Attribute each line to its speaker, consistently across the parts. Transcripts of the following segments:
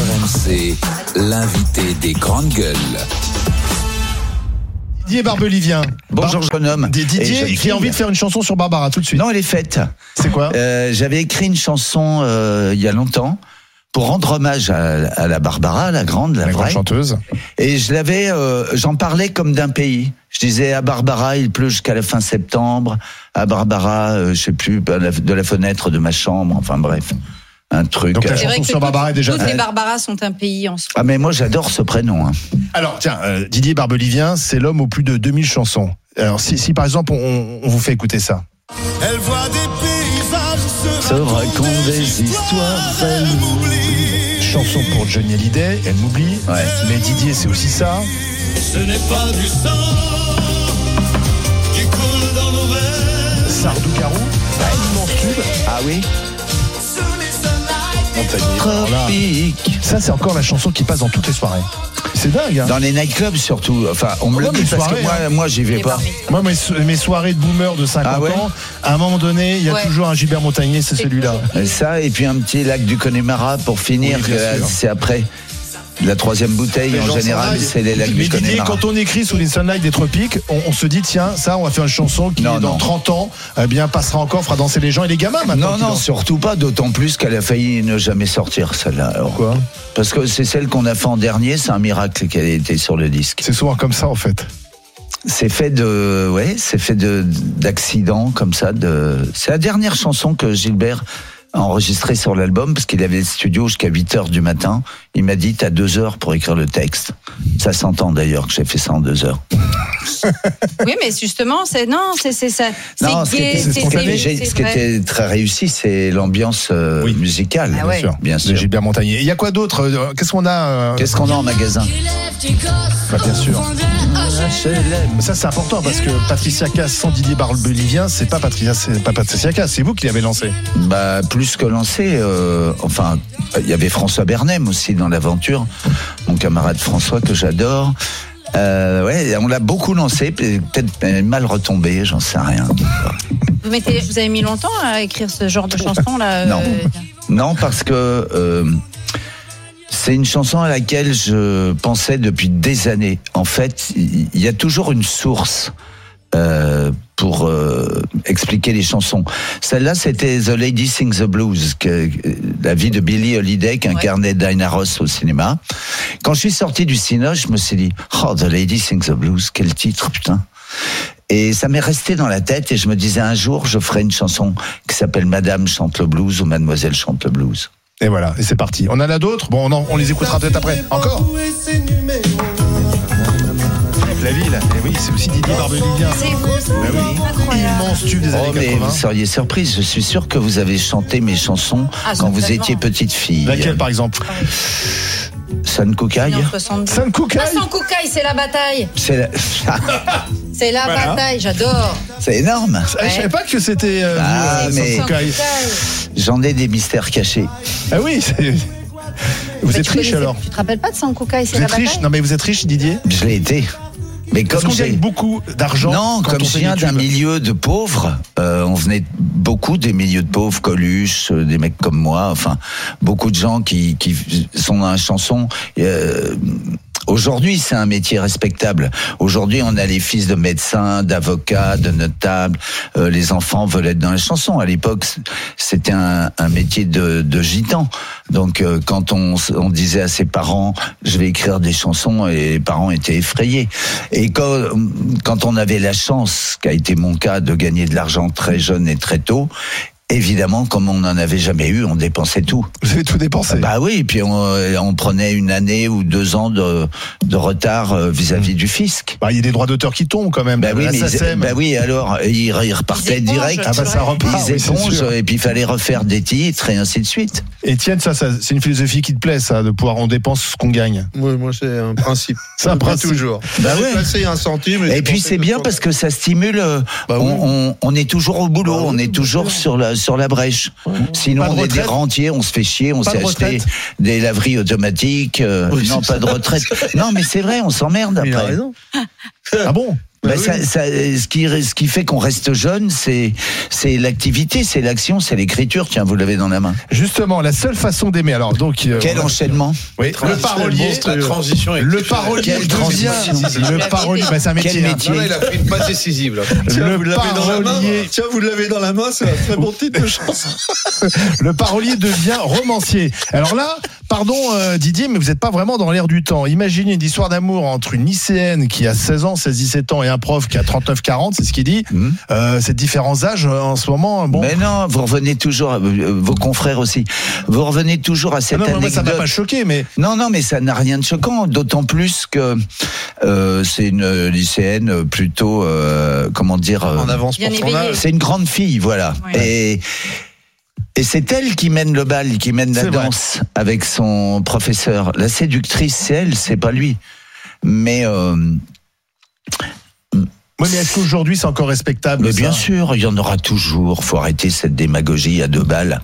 Speaker 1: RMC, l'invité des grandes gueules.
Speaker 2: Didier Barbelivien.
Speaker 3: Bonjour jeune homme.
Speaker 2: Des
Speaker 3: Et
Speaker 2: Didier
Speaker 3: jeune
Speaker 2: qui
Speaker 3: fille.
Speaker 2: a envie de faire une chanson sur Barbara tout de suite.
Speaker 3: Non, elle est faite.
Speaker 2: C'est quoi
Speaker 3: Euh, J'avais écrit une chanson euh, il y a longtemps pour rendre hommage à, à la Barbara, la grande, la,
Speaker 2: La grande
Speaker 3: vraie.
Speaker 2: chanteuse.
Speaker 3: Et je l'avais, euh, j'en parlais comme d'un pays. Je disais à Barbara, il pleut jusqu'à la fin septembre. À Barbara, euh, je sais plus, bah, la- de la fenêtre de ma chambre. Enfin bref, un truc.
Speaker 2: Donc, la
Speaker 3: euh,
Speaker 2: chanson
Speaker 4: vrai que
Speaker 2: sur Barbara est déjà
Speaker 4: Toutes les
Speaker 2: faite.
Speaker 4: Barbaras sont un pays en soi.
Speaker 3: Ah mais moi j'adore ce prénom. hein.
Speaker 2: Alors, tiens, euh, Didier Barbelivien, c'est l'homme aux plus de 2000 chansons. Alors, si, si par exemple, on, on vous fait écouter ça.
Speaker 5: Elle voit des paysages,
Speaker 3: Se raconte des histoires, elle
Speaker 5: m'oublie.
Speaker 2: Chanson pour Johnny Hallyday, elle m'oublie.
Speaker 3: Ouais.
Speaker 2: Mais Didier, c'est aussi ça.
Speaker 5: Ce n'est pas du sang qui coule dans nos veines.
Speaker 2: Sardou Carou. Immense tube.
Speaker 3: Ah oui.
Speaker 2: Montagnier. Alors là,
Speaker 3: Tropique.
Speaker 2: Ça, c'est encore la chanson qui passe dans toutes les soirées. C'est dingue, hein
Speaker 3: Dans les nightclubs surtout. Enfin, on me
Speaker 2: Ouais,
Speaker 3: le
Speaker 2: mais
Speaker 3: dit parce
Speaker 2: soirée,
Speaker 3: que moi,
Speaker 2: hein.
Speaker 3: moi j'y vais
Speaker 4: Les
Speaker 3: pas.
Speaker 4: Barbies.
Speaker 2: Moi, mes, so- mes soirées de boomer de 50
Speaker 3: Ah ouais
Speaker 2: ans, à un moment donné, il y a
Speaker 4: Ouais.
Speaker 2: toujours un Gilbert Montagnier, c'est celui-là.
Speaker 3: Et Euh, Ça, et puis un petit lac du Connemara pour finir,
Speaker 2: Oui, bien
Speaker 3: que
Speaker 2: sûr.
Speaker 3: c'est après. La troisième bouteille,
Speaker 2: Les
Speaker 3: en
Speaker 2: gens
Speaker 3: général,
Speaker 2: s'enraillent.
Speaker 3: c'est les lacs hein.
Speaker 2: Mais
Speaker 3: du
Speaker 2: Didier,
Speaker 3: Connemara.
Speaker 2: quand on écrit sous les sunlights des tropiques, on, on se dit tiens, ça, on va faire une chanson qui,
Speaker 3: Non,
Speaker 2: dans
Speaker 3: non.
Speaker 2: 30 ans, eh bien, passera encore, fera danser les gens et les gamins maintenant.
Speaker 3: Non,
Speaker 2: qui
Speaker 3: non,
Speaker 2: dansent.
Speaker 3: surtout pas, d'autant plus qu'elle a failli ne jamais sortir, celle-là. alors.
Speaker 2: Quoi
Speaker 3: Parce que c'est celle qu'on a fait en dernier, c'est un miracle qu'elle ait été sur le disque.
Speaker 2: C'est souvent comme ça en fait.
Speaker 3: C'est fait de, ouais, c'est fait de d'accidents comme ça. De, c'est la dernière chanson que Gilbert a enregistrée sur l'album parce qu'il avait le studio jusqu'à 8 heures du matin. Il m'a dit t'as deux heures pour écrire le texte. Ça s'entend d'ailleurs que j'ai fait ça en deux heures.
Speaker 4: Oui, mais justement, c'est non, c'est c'est ça.
Speaker 3: Non,
Speaker 4: C'est
Speaker 3: ce qui
Speaker 4: gay,
Speaker 3: était, ce
Speaker 4: c'est
Speaker 3: qui
Speaker 2: spontané,
Speaker 4: c'est-
Speaker 3: était-
Speaker 4: c'est
Speaker 3: ce qui
Speaker 4: vrai.
Speaker 3: était très réussi, c'est l'ambiance euh,
Speaker 2: Oui.
Speaker 3: musicale.
Speaker 4: Ah ouais.
Speaker 3: Bien sûr. Bien
Speaker 2: De
Speaker 3: sûr.
Speaker 2: Gilbert Montagnier. Et Il y a quoi d'autre Euh, Qu'est-ce qu'on a euh,
Speaker 3: Qu'est-ce qu'on a en magasin
Speaker 2: bah, Bien sûr. Ça c'est important parce que Patricia Cass sans Didier Barbelivien, c'est pas Patricia, c'est pas Patricia Cass, c'est vous qui l'avez lancé.
Speaker 3: Bah, plus que lancé, euh, enfin, il y avait François Bernem aussi dans l'aventure, mon camarade François que j'adore. Euh, ouais, on l'a beaucoup lancé, puis peut-être mal retombé, j'en sais rien.
Speaker 4: Vous, mettez- vous avez mis longtemps à écrire ce genre de chanson là. euh,
Speaker 3: Non. Non, parce que euh, c'est une chanson à laquelle je pensais depuis des années. En fait, il il y a toujours une source euh, pour euh, expliquer les chansons. Celle-là, c'était The Lady Sings the Blues, que- la vie de Billie Holiday qu'incarnait Diana Ross au cinéma. Quand je suis sorti du cinéma, je me suis dit, oh, The Lady Sings the Blues, quel titre, putain. Et ça m'est resté dans la tête et je me disais un jour je ferai une chanson qui s'appelle Madame chante le blues ou Mademoiselle chante le blues.
Speaker 2: Et voilà, et c'est parti. On en a d'autres Bon, on, en- on les écoutera peut-être après. Encore
Speaker 5: Où est ses numéros
Speaker 2: La ville. Et oui, c'est aussi Didier Barbelivien.
Speaker 4: C'est fou ça.
Speaker 2: Bah oui.
Speaker 4: Incroyable.
Speaker 2: Immense tube des
Speaker 3: Oh
Speaker 2: années
Speaker 3: mais vous
Speaker 2: 80.
Speaker 3: seriez surprise, je suis sûr que vous avez chanté mes chansons
Speaker 4: Ah,
Speaker 3: quand vous
Speaker 4: certainement.
Speaker 3: étiez petite fille.
Speaker 2: Laquelle par exemple
Speaker 4: Ah,
Speaker 3: Sun
Speaker 2: Ah,
Speaker 3: Kukai
Speaker 4: Né en 70.
Speaker 2: Sam Cooke
Speaker 4: Ah, sans Koukaï, c'est la bataille.
Speaker 3: C'est la-
Speaker 4: C'est la
Speaker 2: Voilà.
Speaker 4: bataille, j'adore.
Speaker 3: c'est énorme.
Speaker 2: Ah, Je savais pas que c'était. euh,
Speaker 3: Ah,
Speaker 2: euh,
Speaker 3: mais-
Speaker 2: Sam
Speaker 4: Sans
Speaker 2: Cooke.
Speaker 4: Koukaï.
Speaker 3: J'en ai des mystères cachés.
Speaker 2: Ah oui, c'est- vous
Speaker 4: Bah,
Speaker 2: êtes
Speaker 4: tu
Speaker 2: riche
Speaker 4: connaissais-
Speaker 2: alors.
Speaker 4: Tu te rappelles pas de Sans Koukaï, c'est
Speaker 2: Vous
Speaker 4: la
Speaker 2: êtes riche
Speaker 4: bataille
Speaker 2: Non mais vous êtes riche Didier
Speaker 3: Je l'ai été. Mais
Speaker 2: Parce
Speaker 3: comme
Speaker 2: qu'on
Speaker 3: j'ai
Speaker 2: gagne beaucoup d'argent.
Speaker 3: non,
Speaker 2: quand
Speaker 3: comme
Speaker 2: on
Speaker 3: je
Speaker 2: fait
Speaker 3: viens
Speaker 2: des
Speaker 3: d'un
Speaker 2: tubes.
Speaker 3: milieu de pauvres, euh, on venait beaucoup des milieux de pauvres, Coluche, euh, des mecs comme moi, enfin, beaucoup de gens qui, qui sont dans la chanson. euh, Aujourd'hui, c'est un métier respectable. Aujourd'hui, on a les fils de médecins, d'avocats, de notables. euh, les enfants veulent être dans la chanson. À l'époque, c'était un, un métier de, de gitan. Donc, euh, quand on, s- on disait à ses parents, je vais écrire des chansons, et les parents étaient effrayés. Et quand, quand on avait la chance, ce qui a été mon cas, de gagner de l'argent très jeune et très tôt, évidemment, comme on n'en avait jamais eu, on dépensait tout.
Speaker 2: Vous avez tout
Speaker 3: Ah
Speaker 2: dépensé.
Speaker 3: Bah oui, et puis on, on prenait une année ou deux ans de, de retard euh, vis-à-vis du fisc.
Speaker 2: Bah, il y a des droits d'auteur qui tombent quand même. Euh,
Speaker 3: Bah oui,
Speaker 2: La
Speaker 3: mais ils-
Speaker 2: SACEM.
Speaker 3: bah oui, alors ils, ils repartaient
Speaker 4: Ils épongent,
Speaker 3: direct.
Speaker 2: Ah bah ça repart.
Speaker 3: Ils
Speaker 2: oui, c'est
Speaker 3: épongent,
Speaker 2: sûr.
Speaker 3: et puis il fallait refaire des titres et ainsi de suite.
Speaker 2: Étienne, ça, ça, c'est une philosophie qui te plaît, ça, de pouvoir on dépense ce qu'on gagne.
Speaker 6: Moi, moi c'est un principe.
Speaker 2: C'est un
Speaker 6: Pas
Speaker 2: principe.
Speaker 6: toujours.
Speaker 3: Bah
Speaker 6: J'ai
Speaker 3: ouais.
Speaker 6: passé un centime.
Speaker 3: Et puis c'est bien parce que ça stimule. euh,
Speaker 6: Bah
Speaker 3: on,
Speaker 6: oui.
Speaker 3: on- on est toujours au boulot,
Speaker 6: Bah oui,
Speaker 3: on est
Speaker 6: bien
Speaker 3: toujours
Speaker 6: sûr.
Speaker 3: sur la sur la brèche.
Speaker 2: Pas
Speaker 3: Sinon
Speaker 2: de
Speaker 3: on est des
Speaker 2: retraite.
Speaker 3: rentiers, on se fait chier, on
Speaker 2: Pas
Speaker 3: s'est
Speaker 2: de
Speaker 3: acheté
Speaker 2: retraite.
Speaker 3: des laveries automatiques. euh,
Speaker 6: Oui,
Speaker 3: non,
Speaker 6: c'est
Speaker 3: pas de retraite. non, mais c'est vrai, on s'emmerde
Speaker 6: Il a
Speaker 3: après.
Speaker 6: raison.
Speaker 2: Ah bon
Speaker 3: Bah,
Speaker 6: oui.
Speaker 3: ça- ça- ce, qui, ce qui fait qu'on reste jeune, c'est c'est l'activité, c'est l'action, c'est l'écriture. Tiens, vous l'avez dans la main.
Speaker 2: Justement, la seule façon d'aimer. Alors donc, euh,
Speaker 3: Quel
Speaker 2: on a-
Speaker 3: enchaînement
Speaker 2: Oui, le
Speaker 6: Transition
Speaker 2: parolier,
Speaker 6: monstrueux.
Speaker 2: le
Speaker 5: Transition
Speaker 2: le parolier
Speaker 3: Quelle
Speaker 2: devient
Speaker 3: transition.
Speaker 2: le parolier. bah, c'est un métier.
Speaker 3: Quel
Speaker 2: hein.
Speaker 3: métier
Speaker 5: il a pris une passe décisive. là.
Speaker 2: Le parolier,
Speaker 6: Tiens, vous l'avez dans la main, c'est un très bon titre de chanson.
Speaker 2: le parolier devient romancier. Alors là, pardon euh, Didier, mais vous n'êtes pas vraiment dans l'air du temps. Imaginez une histoire d'amour entre une lycéenne qui a 16 ans, 16-17 ans et un prof qui a 39-40, c'est ce qu'il dit.
Speaker 3: Hmm.
Speaker 2: Euh, ces différents âges euh, en ce moment, bon.
Speaker 3: Mais non, vous revenez toujours, à- euh, vos confrères aussi, vous revenez toujours à cette
Speaker 2: Ah, non, mais moi, ça
Speaker 3: anecdote.
Speaker 2: m'a pas choqué, mais
Speaker 3: Non, non, mais ça n'a rien de choquant, d'autant plus que euh, c'est une lycéenne plutôt, euh, comment dire, euh,
Speaker 6: En avance
Speaker 4: Bien
Speaker 6: pour son
Speaker 4: éveillé.
Speaker 6: âge.
Speaker 3: c'est une grande fille, voilà.
Speaker 4: Ouais.
Speaker 3: Et, et c'est elle qui mène le bal, qui mène la
Speaker 2: C'est vrai.
Speaker 3: danse avec son professeur. La séductrice, c'est elle, c'est pas lui. Mais, euh,
Speaker 2: Oui, mais est-ce qu'aujourd'hui c'est encore respectable
Speaker 3: mais
Speaker 2: ça
Speaker 3: bien sûr, il y en aura toujours. Faut arrêter cette démagogie à deux balles.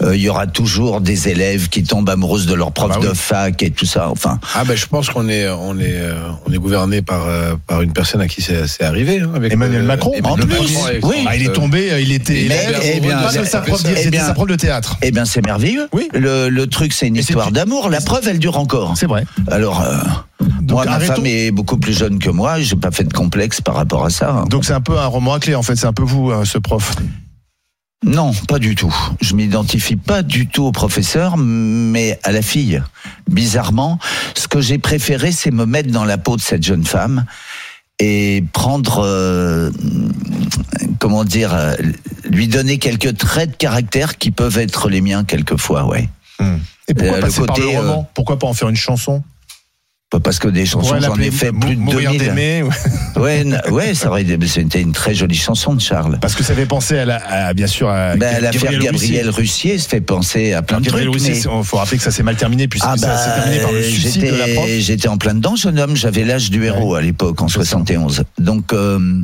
Speaker 3: Euh, il y aura toujours des élèves qui tombent amoureuses de leur prof
Speaker 2: bah oui.
Speaker 3: de fac et tout ça. Enfin,
Speaker 5: Ah ben je pense qu'on est on est euh, on est gouverné par euh, par une personne à qui c'est c'est arrivé hein, avec
Speaker 2: Emmanuel
Speaker 5: le-
Speaker 2: Macron,
Speaker 5: Emmanuel
Speaker 3: en plus,
Speaker 5: Macron et-
Speaker 3: Euh, oui.
Speaker 2: Ah, il est tombé, euh, il était
Speaker 3: Mais-
Speaker 2: élève,
Speaker 3: eh bien,
Speaker 2: pas de
Speaker 3: c'est-
Speaker 2: sa prof
Speaker 3: eh
Speaker 2: de- c'était
Speaker 3: bien-
Speaker 2: sa prof de théâtre.
Speaker 3: eh bien, c'est merveilleux.
Speaker 2: Oui.
Speaker 3: Le, le truc, c'est une
Speaker 2: c'est
Speaker 3: histoire
Speaker 2: du-
Speaker 3: d'amour. La preuve, elle dure encore.
Speaker 2: C'est vrai.
Speaker 3: Alors, euh,
Speaker 2: Donc,
Speaker 3: moi, ma
Speaker 2: arrêtons.
Speaker 3: femme est beaucoup plus jeune que moi. J'ai pas fait de complexe par rapport à ça. hein.
Speaker 2: Donc c'est un peu un roman à clé en fait, c'est un peu vous euh, ce prof.
Speaker 3: Non, pas du tout. Je m'identifie pas du tout au professeur, mais à la fille. Bizarrement, ce que j'ai préféré, c'est me mettre dans la peau de cette jeune femme et prendre, euh, comment dire, euh, lui donner quelques traits de caractère qui peuvent être les miens quelquefois, ouais.
Speaker 2: Et pourquoi
Speaker 3: Euh, le
Speaker 2: passer par
Speaker 3: côté,
Speaker 2: le roman Pourquoi pas en faire une chanson
Speaker 3: Pas Parce que des
Speaker 2: On
Speaker 3: chansons,
Speaker 2: pourrait
Speaker 3: j'en ai
Speaker 2: l'appeler
Speaker 3: fait
Speaker 2: Mou-
Speaker 3: plus de
Speaker 2: Mourir
Speaker 3: 2000.
Speaker 2: d'aimer ouais.
Speaker 3: Ouais, n- ouais, ça aurait été- c'était une très jolie chanson de Charles.
Speaker 2: parce que ça fait penser à, la, à, bien sûr à,
Speaker 3: Ben,
Speaker 2: Ga-
Speaker 3: l'affaire Gabriel
Speaker 2: Roussier.
Speaker 3: Russier se fait penser à plein de
Speaker 2: Bah, Gabriel
Speaker 3: trucs.
Speaker 2: Roussier,
Speaker 3: mais-
Speaker 2: c'est- on- faut rappeler que ça s'est mal terminé puisque
Speaker 3: Ah
Speaker 2: ça
Speaker 3: bah,
Speaker 2: s'est terminé par le suicide de la prof.
Speaker 3: j'étais j'étais en plein dedans, jeune homme. J'avais l'âge du héros à l'époque, en 71. Donc, euh,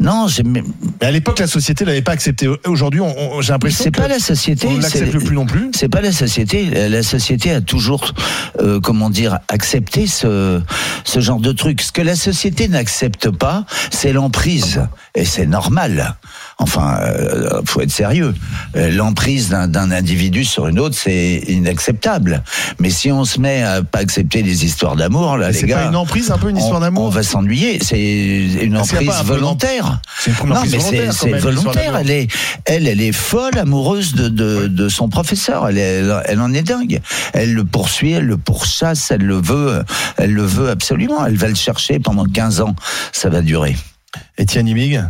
Speaker 3: non, j'aimais-
Speaker 2: Mais à l'époque, la société l'avait pas accepté. Aujourd'hui, on- on- j'ai l'impression
Speaker 3: c'est
Speaker 2: que
Speaker 3: pas la société.
Speaker 2: on ne
Speaker 3: c'est-
Speaker 2: l'accepte plus non plus.
Speaker 3: C'est pas la société. La- La société a toujours, euh, comment dire, accepté ce, ce genre de truc. Ce que la société n'accepte pas, c'est l'emprise. Et c'est normal. Enfin, euh, faut être sérieux. Euh, L'emprise d'un- d'un individu sur une autre, c'est inacceptable. Mais si on se met à pas accepter les histoires d'amour, là, les
Speaker 2: C'est
Speaker 3: gars.
Speaker 2: pas une emprise, un peu une histoire
Speaker 3: on- On
Speaker 2: d'amour.
Speaker 3: va s'ennuyer. C'est une
Speaker 2: Est-ce qu'il y a
Speaker 3: emprise
Speaker 2: pas un peu
Speaker 3: volontaire.
Speaker 2: C'est une première
Speaker 3: Non,
Speaker 2: prise
Speaker 3: mais c'est
Speaker 2: volontaire, quand
Speaker 3: c'est
Speaker 2: même, l'histoire
Speaker 3: volontaire.
Speaker 2: d'amour.
Speaker 3: Elle est, elle, elle est folle amoureuse de, de, de son professeur. Elle, est- elle, elle en est dingue. Elle le poursuit, elle le pourchasse, elle le veut, elle le veut absolument. Elle va le chercher pendant 15 ans. Ça va durer.
Speaker 2: Étienne Imig.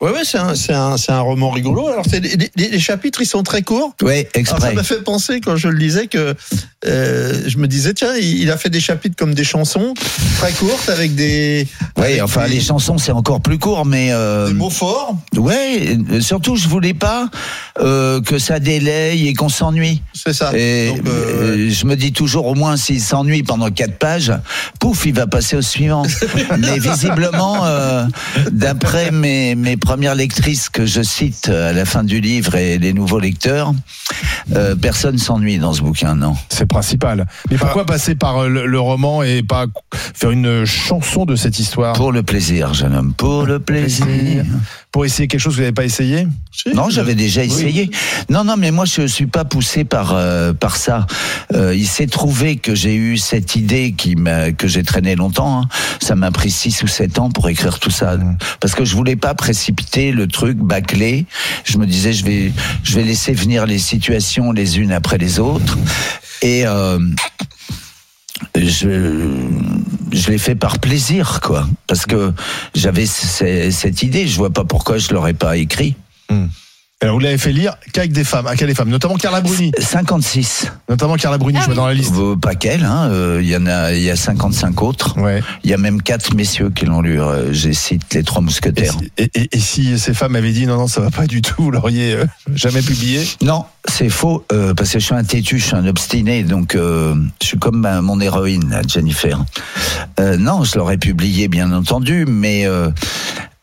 Speaker 6: Ouais, ouais, c'est un, c'est un, c'est un roman rigolo. Alors, c'est, les, les- les chapitres, ils sont très courts.
Speaker 3: Oui,
Speaker 6: Alors,
Speaker 2: Ah,
Speaker 6: ça
Speaker 3: exprès.
Speaker 6: m'a fait penser quand je le lisais que euh, je me disais tiens il, il a fait des chapitres comme des chansons très courtes avec des
Speaker 3: Oui,
Speaker 6: avec
Speaker 3: enfin,
Speaker 6: des,
Speaker 3: les chansons, c'est encore plus court, mais. euh,
Speaker 6: des mots forts
Speaker 3: ouais, euh, surtout, je voulais pas euh, que ça délaye et qu'on s'ennuie.
Speaker 6: c'est ça
Speaker 3: Et
Speaker 6: Donc, euh,
Speaker 3: euh, je me dis toujours, au moins, s'il s'ennuie pendant quatre pages, pouf, il va passer au suivant. Mais visiblement, euh, d'après mes, mes premières lectrices que je cite à la fin du livre et les nouveaux lecteurs, euh, personne s'ennuie dans ce bouquin, non
Speaker 2: C'est principal. Mais
Speaker 3: Ah.
Speaker 2: pourquoi passer par euh, le, le roman et pas faire une chanson de cette
Speaker 6: Ah.
Speaker 2: histoire pour,
Speaker 3: Pour le plaisir, jeune homme, pour le plaisir.
Speaker 2: essayer quelque chose que vous n'avez pas essayé
Speaker 6: si,
Speaker 3: Non,
Speaker 6: je-
Speaker 3: j'avais déjà essayé. Non, non, mais moi je suis pas poussé par euh, par ça. Euh, il s'est trouvé que j'ai eu cette idée qui m'a que j'ai traîné longtemps. hein. Ça m'a pris six ou sept ans pour écrire tout ça parce que je voulais pas précipiter le truc bâclé. Je me disais je vais je vais laisser venir les situations les unes après les autres et euh, je je l'ai fait par plaisir quoi parce que j'avais c- cette idée. Je vois pas pourquoi je l'aurais pas écrit.
Speaker 2: Alors vous l'avez fait lire qu'avec des femmes, à quelles femmes Notamment Carla Bruni.
Speaker 3: Ah, 56.
Speaker 2: Notamment Carla Bruni,
Speaker 4: Ah
Speaker 2: je vois
Speaker 4: oui.
Speaker 2: dans la liste.
Speaker 3: Vos pas qu'elle, hein, euh, il y en a, il y a 55 autres.
Speaker 2: Ouais.
Speaker 3: Il y a même quatre messieurs qui l'ont lu. euh, je cite les trois
Speaker 2: Et
Speaker 3: mousquetaires.
Speaker 2: si, et- et- et si ces femmes avaient dit non, non, ça va pas du tout, vous l'auriez euh, jamais publié
Speaker 3: Non, c'est faux euh, parce que je suis un têtu, je suis un obstiné, donc euh, je suis comme ma- mon héroïne, là, Jennifer. Euh, non, je l'aurais publié bien entendu, mais euh,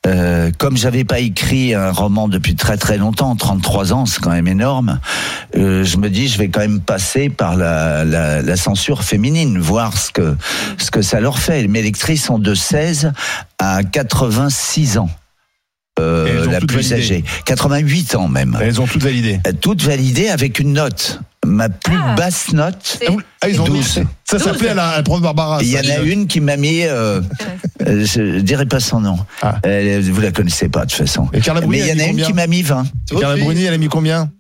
Speaker 3: euh, comme j'avais pas écrit un roman depuis très très longtemps, 33 ans, c'est quand même énorme, euh, je me dis je vais quand même passer par la, la, la censure féminine, voir ce que, ce que ça leur fait. Mes lectrices sont de 16 à 86 ans. euh,
Speaker 2: Et elles ont
Speaker 3: la
Speaker 2: toutes
Speaker 3: plus
Speaker 2: validé.
Speaker 3: âgée, 88 ans même.
Speaker 2: Elles ont toutes validé.
Speaker 3: Toutes validées avec une note. Ma plus
Speaker 4: Ah.
Speaker 3: basse note,
Speaker 4: C'est-
Speaker 2: Ah, ils ont
Speaker 3: Douze.
Speaker 2: mis- Ça s'appelait la, la prof Barbara.
Speaker 3: il y
Speaker 2: ça.
Speaker 3: en a une qui m'a mis, euh, euh, je dirais pas son nom.
Speaker 2: Ah.
Speaker 3: Elle- vous la connaissez pas de toute façon.
Speaker 2: Et Carla
Speaker 3: Mais
Speaker 2: Bruni,
Speaker 3: il y en
Speaker 2: elle
Speaker 3: a
Speaker 2: a
Speaker 3: une
Speaker 2: mis
Speaker 3: qui
Speaker 2: combien
Speaker 3: m'a mis 20.
Speaker 2: Et Carla Bruni, elle a mis combien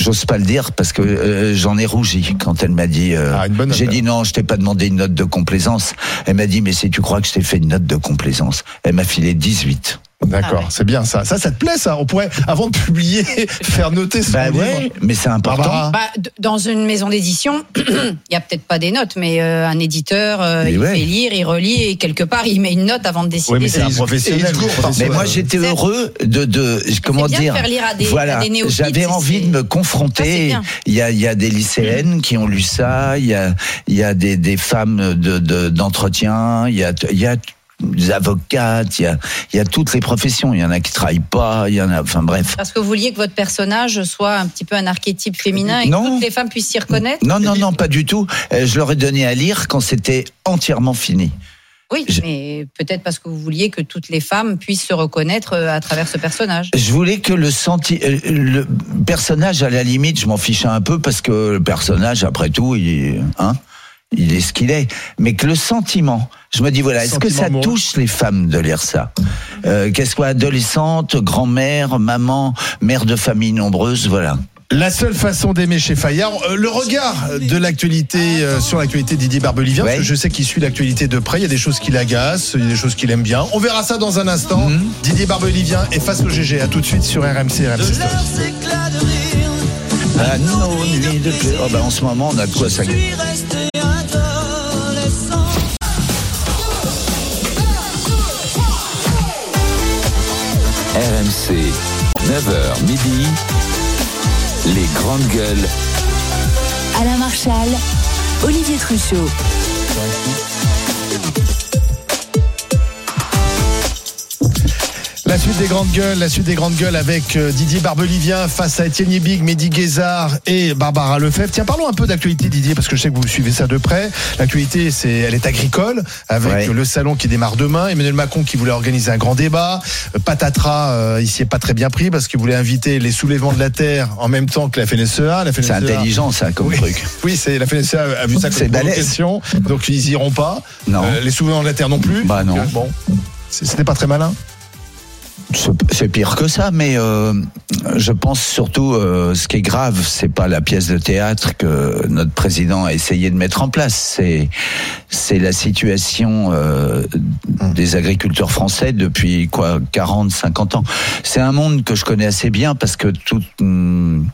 Speaker 3: J'ose pas le dire parce que euh, j'en ai rougi quand elle m'a dit. euh,
Speaker 2: Ah, une bonne note,
Speaker 3: J'ai
Speaker 2: alors.
Speaker 3: dit non, je t'ai pas demandé une note de complaisance. Elle m'a dit mais si tu crois que je t'ai fait une note de complaisance, elle m'a filé 18.
Speaker 2: D'accord,
Speaker 4: Ah ouais.
Speaker 2: c'est bien ça. Ça, ça te plaît, ça On pourrait, avant de publier, faire noter son
Speaker 3: Bah
Speaker 2: livre.
Speaker 3: ouais, mais c'est important.
Speaker 2: Barbara.
Speaker 4: Bah, d- dans une maison d'édition, il n'y a peut-être pas des notes, mais euh, un éditeur, euh,
Speaker 3: Mais
Speaker 4: il
Speaker 3: ouais.
Speaker 4: fait lire, il relit, et quelque part, il met une note avant de décider.
Speaker 2: Oui, mais c'est
Speaker 4: de-
Speaker 2: un professionnel.
Speaker 6: discours,
Speaker 2: le professionnel.
Speaker 3: Mais moi j'étais
Speaker 4: C'est-
Speaker 3: heureux de de comment
Speaker 4: bien de
Speaker 3: dire.
Speaker 4: faire lire à des-
Speaker 3: voilà,
Speaker 4: à des néophytes,
Speaker 3: j'avais
Speaker 4: c'est-
Speaker 3: envie de me
Speaker 4: Ça, c'est
Speaker 3: confronter.
Speaker 4: bien.
Speaker 3: Il y a il y a des lycéennes qui ont lu ça, il y a il y a des des femmes de de- d'entretien, il y a il y a des avocates, il y a il y a toutes les professions. Il y en a qui travaillent pas, il y en a enfin bref.
Speaker 4: Parce que vous vouliez que votre personnage soit un petit peu un archétype féminin et
Speaker 3: Non.
Speaker 4: que toutes les femmes puissent s'y reconnaître.
Speaker 3: Non, non, non, pas du tout. Euh, Je leur ai donné à lire quand c'était entièrement fini.
Speaker 4: Oui,
Speaker 3: Je-
Speaker 4: mais peut-être parce que vous vouliez que toutes les femmes puissent se reconnaître euh, à travers ce personnage.
Speaker 3: Je voulais que le senti, euh, le personnage, à la limite, je m'en fichais un peu parce que le personnage, après tout, il, hein, il est ce qu'il est. Mais que le sentiment, je me dis voilà, est-ce que
Speaker 2: Sentiment
Speaker 3: ça
Speaker 2: amoureux.
Speaker 3: touche les femmes de lire ça Euh, Qu'elle soit adolescente, grand-mère, maman, mère de famille nombreuse, voilà.
Speaker 2: La seule façon d'aimer chez Fayard, euh, le regard de l'actualité euh, sur l'actualité de Didier Barbelivien,
Speaker 3: Ouais.
Speaker 2: parce que je sais qu'il suit l'actualité de près, il y a des choses qui l'agacent, il y a des choses qu'il aime bien. On verra ça dans un instant. Didier Barbelivien et face au GG, à tout de suite sur RMC RMC. Story.
Speaker 5: leurs éclats de rire,
Speaker 3: Ah non, nuit de pleu- oh, bah, en ce moment, on a de quoi ça.
Speaker 5: lui reste adolescent.
Speaker 1: RMC, 9h midi, les grandes gueules.
Speaker 7: Alain Marchal, Olivier Truchot.
Speaker 2: La suite des grandes gueules, la suite des grandes gueules avec euh, Didier Barbelivien face à Étienne Big, Mehdi Guézard et Barbara Lefebvre. Tiens, parlons un peu d'actualité Didier parce que je sais que vous suivez ça de près. L'actualité c'est elle est agricole avec
Speaker 3: Ouais.
Speaker 2: le salon qui démarre demain, Emmanuel Macron qui voulait organiser un grand débat, Euh, patatras euh, il s'y est pas très bien pris parce qu'il voulait inviter les soulèvements de la terre en même temps que la FNSEA, E la
Speaker 3: C'est
Speaker 2: FNSEA.
Speaker 3: intelligent, ça, comme
Speaker 2: Oui.
Speaker 3: truc.
Speaker 2: Oui, c'est la FNSEA E a vu ça
Speaker 3: C'est
Speaker 2: comme
Speaker 3: balèze.
Speaker 2: provocation, donc ils iront pas. Euh,
Speaker 3: Non.
Speaker 2: les soulèvements de la terre non plus.
Speaker 3: Bah, non.
Speaker 2: Donc, euh, Bon, c'est- c'était pas très malin.
Speaker 3: C'est c'est pire que ça, mais euh, je pense surtout euh, ce qui est grave, c'est pas la pièce de théâtre que notre président a essayé de mettre en place, c'est c'est la situation euh, des agriculteurs français depuis quoi 40, 50 ans. C'est un monde que je connais assez bien parce que tout. hum,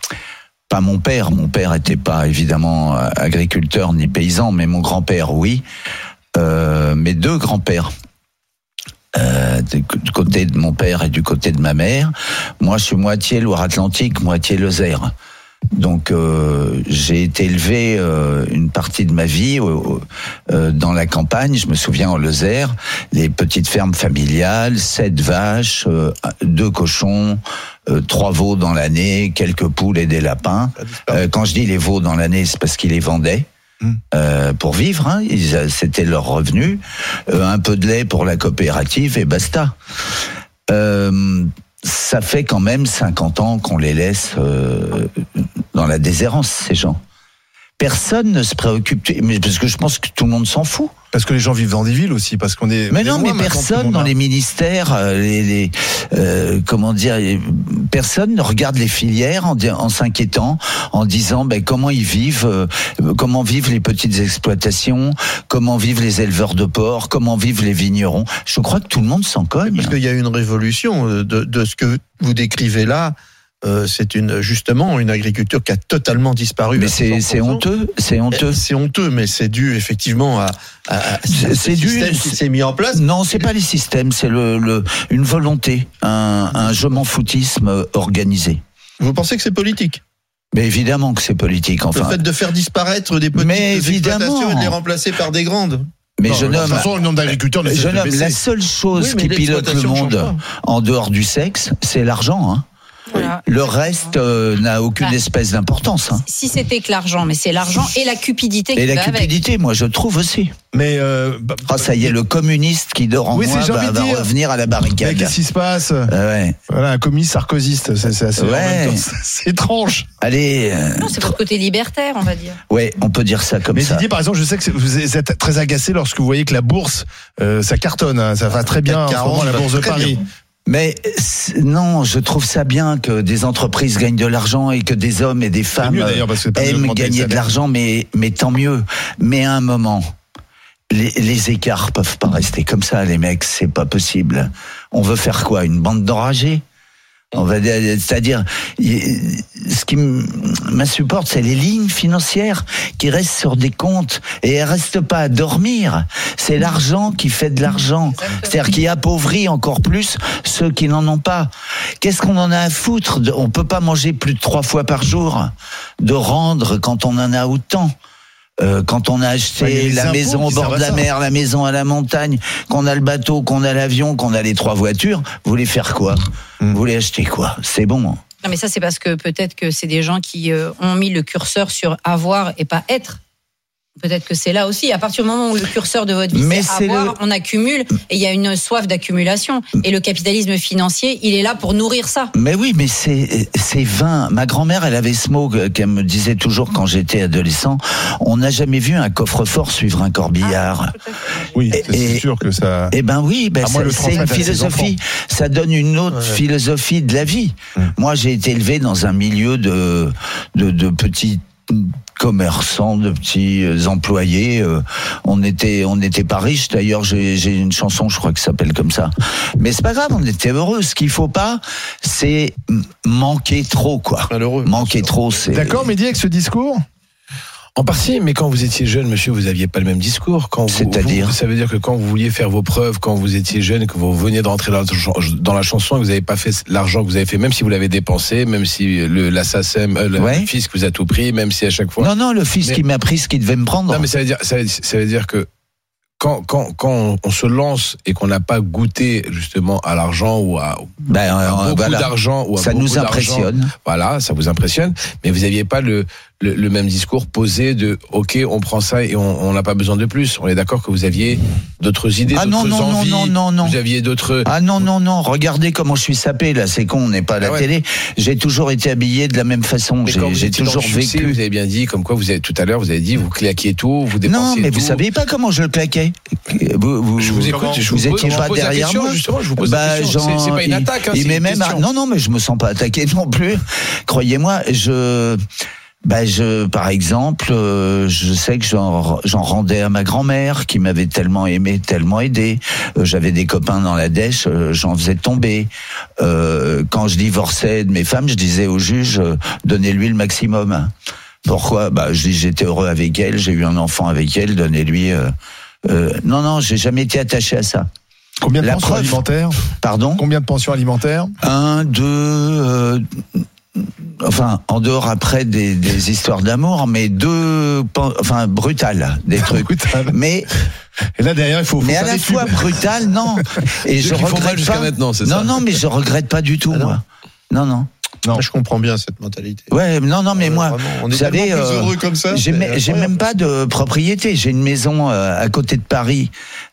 Speaker 3: pas mon père, mon père était pas évidemment euh, agriculteur ni paysan, mais mon grand-père, oui. Euh, mes deux grands-pères euh, du c- du côté de mon père et du côté de ma mère. Moi, je suis moitié Loire-Atlantique, moitié Lozère. Donc, euh, j'ai été élevé euh, une partie de ma vie au- au- euh, dans la campagne. Je me souviens en Lozère, les petites fermes familiales, sept vaches, euh, deux cochons, euh, trois veaux dans l'année, quelques poules et des lapins. Euh, quand je dis les veaux dans l'année, c'est parce qu'ils les vendaient euh, pour vivre. hein. Ils, euh, c'était leur revenu, Euh, un peu de lait pour la coopérative et basta. Euh, ça fait quand même 50 ans qu'on les laisse euh, dans la déshérence, ces gens. Personne ne se préoccupe, mais parce que je pense que tout le monde s'en fout.
Speaker 2: Parce que les gens vivent dans des villes aussi, parce qu'on est.
Speaker 3: Mais
Speaker 2: on est
Speaker 3: non,
Speaker 2: loin
Speaker 3: mais
Speaker 2: maintenant, tout le
Speaker 3: personne
Speaker 2: monde
Speaker 3: dans
Speaker 2: a-
Speaker 3: les ministères, euh, les, les, euh, comment dire, les- personne ne regarde les filières en, di- en s'inquiétant, en disant ben, comment ils vivent, euh, comment vivent les petites exploitations, comment vivent les éleveurs de porc, comment vivent les vignerons. Je crois que tout le monde s'en cogne.
Speaker 6: Parce qu'il y a une révolution euh, de, de ce que vous décrivez là. euh, c'est une justement une agriculture qui a totalement disparu.
Speaker 3: Mais
Speaker 6: à
Speaker 3: c'est
Speaker 6: 100%.
Speaker 3: c'est honteux, c'est honteux.
Speaker 6: C'est honteux, mais c'est dû effectivement à, à- à
Speaker 3: C'est-
Speaker 6: ce
Speaker 3: c'est dû-
Speaker 6: système qui s'est mis en place.
Speaker 3: Non, c'est pas les systèmes, c'est le, le- une volonté, un, un je m'en foutisme euh, organisé.
Speaker 6: Vous pensez que c'est politique
Speaker 3: Mais évidemment que c'est politique, enfin.
Speaker 6: Le fait de faire disparaître des petites
Speaker 3: Mais évidemment.
Speaker 6: exploitations et de les remplacer par des grandes.
Speaker 3: Mais
Speaker 2: Non,
Speaker 3: jeune
Speaker 2: de toute
Speaker 3: homme,
Speaker 2: façon, le nombre d'agriculteurs ne cesse
Speaker 3: jeune
Speaker 2: de
Speaker 3: homme,
Speaker 2: baisser.
Speaker 3: la seule chose
Speaker 8: Oui, mais
Speaker 3: qui pilote le
Speaker 8: l'exploitation change
Speaker 3: monde en dehors du sexe, c'est l'argent. hein.
Speaker 4: Voilà.
Speaker 3: Le reste euh, n'a aucune
Speaker 4: Bah.
Speaker 3: espèce d'importance. hein.
Speaker 4: Si c'était que l'argent, mais c'est l'argent et la cupidité qui
Speaker 3: Et la
Speaker 4: va avec.
Speaker 3: cupidité, moi, je trouve aussi.
Speaker 2: Mais euh, bah,
Speaker 3: Ah, ça y est, le communiste qui dort en
Speaker 2: Oui,
Speaker 3: moi
Speaker 2: c'est- j'ai
Speaker 3: va,
Speaker 2: envie de
Speaker 3: va
Speaker 2: dire.
Speaker 3: revenir à la
Speaker 2: mais
Speaker 3: barricade.
Speaker 2: bah, qu'est-ce qui se passe
Speaker 3: Ah ouais.
Speaker 2: Voilà, un commis sarkozyste, c'est c'est assez. en
Speaker 3: Ouais.
Speaker 2: même temps, c'est- C'est étrange.
Speaker 3: Allez, euh,
Speaker 4: Non, c'est votre côté libertaire, on va dire.
Speaker 3: ouais, on peut dire ça comme
Speaker 2: Mais
Speaker 3: ça.
Speaker 2: Didier, par exemple, je sais que c'est- vous êtes très agacé lorsque vous voyez que la bourse, euh, ça cartonne, hein, ça va très bien en ce
Speaker 8: 40,
Speaker 2: moment, la bourse de
Speaker 8: très
Speaker 2: Paris.
Speaker 3: Mais c'est- non, je trouve ça bien que des entreprises gagnent de l'argent et que des hommes et des
Speaker 2: C'est
Speaker 3: femmes
Speaker 2: mieux d'ailleurs parce que pas
Speaker 3: aiment
Speaker 2: d'augmenter les
Speaker 3: gagner de
Speaker 2: salaires.
Speaker 3: l'argent, mais, mais tant mieux. Mais à un moment, les, les écarts peuvent pas rester comme ça, les mecs, c'est pas possible. On veut faire quoi Une bande d'enragés on va dire- c'est-à-dire, il- ce qui m- m'insupporte, c'est les lignes financières qui restent sur des comptes et elles restent pas à dormir. C'est l'argent qui fait de l'argent, c'est-à-dire qui appauvrit encore plus ceux qui n'en ont pas. Qu'est-ce qu'on en a à foutre de- On peut pas manger plus de trois fois par jour de rendre quand on en a autant. Euh, quand on a
Speaker 2: Ouais, il y a
Speaker 3: acheté
Speaker 2: les
Speaker 3: la
Speaker 2: impôts
Speaker 3: maison au
Speaker 2: qui
Speaker 3: bord
Speaker 2: servent
Speaker 3: de
Speaker 2: à
Speaker 3: la
Speaker 2: ça.
Speaker 3: mer, la maison à la montagne, qu'on a le bateau, qu'on a l'avion, qu'on a les trois voitures, vous voulez faire quoi
Speaker 2: Hmm.
Speaker 3: Vous voulez acheter quoi C'est bon.
Speaker 4: Non, mais ça, c'est parce que peut-être que c'est des gens qui euh, ont mis le curseur sur avoir et pas être. Peut-être que c'est là aussi. À partir du moment où le curseur de votre vie,
Speaker 3: Mais
Speaker 4: c'est
Speaker 3: c'est
Speaker 4: avoir,
Speaker 3: le-
Speaker 4: on accumule et il y a une soif d'accumulation. Et le capitalisme financier, il est là pour nourrir ça.
Speaker 3: Mais oui, mais c'est c'est vain. Ma grand-mère, elle avait ce mot que- qu'elle me disait toujours quand j'étais adolescent. On n'a jamais vu un coffre-fort suivre un corbillard.
Speaker 2: Oui,
Speaker 3: Et-
Speaker 2: c'est c'est sûr que ça.
Speaker 3: Eh ben oui,
Speaker 6: Ah,
Speaker 3: ben
Speaker 2: À moins
Speaker 3: ça-
Speaker 2: le
Speaker 3: c'est une
Speaker 2: transmettre à ses
Speaker 3: philosophie. Ça donne une autre philosophie de la vie.
Speaker 6: Hum.
Speaker 3: Moi, j'ai été élevé dans un milieu de de, de petits commerçants, de petits euh, employés. euh, On était on n'était pas riches. D'ailleurs, j'ai j'ai une chanson, je crois, qui s'appelle comme ça. Mais c'est pas grave, on était heureux. Ce qu'il faut pas, c'est m- manquer trop, quoi.
Speaker 8: Malheureux.
Speaker 3: Manquer trop, c'est.
Speaker 2: D'accord, Mehdi, avec ce discours
Speaker 6: En partie, mais quand vous étiez jeune, monsieur, vous aviez pas le même discours. Quand vous-
Speaker 3: C'est-à-dire
Speaker 6: vous- Ça veut dire que quand vous vouliez faire vos preuves, quand vous étiez jeune, que vous veniez de rentrer dans la, chan- dans la chanson et que vous n'avez pas fait l'argent que vous avez fait, même si vous l'avez dépensé, même si le, la SACEM, euh, le,
Speaker 3: Ouais.
Speaker 6: le fisc vous a tout pris, même si à chaque fois.
Speaker 3: Non, non, le fils
Speaker 6: Mais-
Speaker 3: qui m'a pris ce qu'il devait me prendre.
Speaker 6: Non, mais ça veut dire, ça veut, ça veut dire que quand, quand, quand on, on se lance et qu'on n'a pas goûté justement à l'argent ou à,
Speaker 3: Ben,
Speaker 6: à
Speaker 3: euh,
Speaker 6: beaucoup
Speaker 3: voilà.
Speaker 6: d'argent ou à
Speaker 3: Ça
Speaker 6: beaucoup
Speaker 3: nous
Speaker 6: d'argent,
Speaker 3: impressionne.
Speaker 6: voilà, ça vous impressionne, mais vous n'aviez pas le, le, le même discours posé de
Speaker 3: oh,
Speaker 6: OK, on prend ça et on on n'a pas besoin de plus. On est d'accord que vous aviez d'autres idées,
Speaker 3: Ah non,
Speaker 6: d'autres
Speaker 3: non, non,
Speaker 6: envies,
Speaker 3: non, non, non.
Speaker 6: vous aviez d'autres.
Speaker 3: Ah non, non, non, regardez comment je suis sapé, là, c'est con, on n'est pas à la
Speaker 6: Ah ouais.
Speaker 3: télé. J'ai toujours été habillé de la même façon,
Speaker 6: Mais quand
Speaker 3: j'ai
Speaker 6: vous
Speaker 3: j'ai
Speaker 6: étiez dans
Speaker 3: toujours
Speaker 6: le succès,
Speaker 3: vécu.
Speaker 6: Vous avez bien dit, comme quoi vous avez tout à l'heure, vous avez dit, vous claquiez tout, vous dépensez
Speaker 3: Non, mais vous
Speaker 6: tout.
Speaker 3: saviez pas comment je le claquais. Vous, vous,
Speaker 6: Je vous écoute, et je vous,
Speaker 3: vous
Speaker 6: pose-
Speaker 3: étiez
Speaker 6: je vous
Speaker 3: pas
Speaker 6: pose la
Speaker 3: derrière
Speaker 6: question,
Speaker 3: moi.
Speaker 6: justement, je vous pose la
Speaker 3: Bah,
Speaker 6: question. C'est-
Speaker 3: j'en-
Speaker 6: c'est pas une
Speaker 3: il-
Speaker 6: attaque, hein,
Speaker 3: il
Speaker 6: c'est
Speaker 3: m'est
Speaker 6: une
Speaker 3: même,
Speaker 6: question.
Speaker 3: non, non, mais je me sens pas attaqué non plus. Croyez-moi, je, bah, je, par exemple, euh, je sais que j'en, j'en rendais à ma grand-mère qui m'avait tellement aimé, tellement aidé. Euh, j'avais des copains dans la dèche, euh, j'en faisais tomber. Euh, quand je divorçais de mes femmes, je disais au juge, euh, donnez-lui le maximum. Pourquoi Bah, je dis, j'étais heureux avec elle, j'ai eu un enfant avec elle, donnez-lui. euh, euh, non, non, j'ai jamais été attaché à ça.
Speaker 2: Combien de
Speaker 3: La
Speaker 2: pensions
Speaker 3: preuve.
Speaker 2: alimentaires
Speaker 3: Pardon
Speaker 2: Combien de pensions alimentaires
Speaker 3: un, deux, euh, enfin, en dehors après des, des histoires d'amour, mais deux, pen- enfin, brutales, des trucs.
Speaker 2: Brutales.
Speaker 3: Mais,
Speaker 2: Et là derrière, il faut. faut
Speaker 3: mais à
Speaker 2: faire
Speaker 3: la
Speaker 2: des
Speaker 3: fois
Speaker 2: pubs.
Speaker 3: brutales, non. Et je
Speaker 6: qui font mal
Speaker 3: regrette
Speaker 6: jusqu'à
Speaker 3: pas.
Speaker 6: maintenant, c'est
Speaker 3: non,
Speaker 6: ça
Speaker 3: non, mais je regrette pas du tout,
Speaker 8: Ah non.
Speaker 3: moi. Non, non.
Speaker 8: Moi, je comprends bien cette mentalité.
Speaker 3: Ouais, non, non, mais
Speaker 8: Euh,
Speaker 3: moi,
Speaker 8: vraiment, on est
Speaker 3: vous savez,
Speaker 8: tellement plus
Speaker 3: euh,
Speaker 8: heureux comme ça. c'est
Speaker 3: j'ai me- j'ai
Speaker 8: incroyable.
Speaker 3: même pas de propriété. J'ai une maison euh, à côté de Paris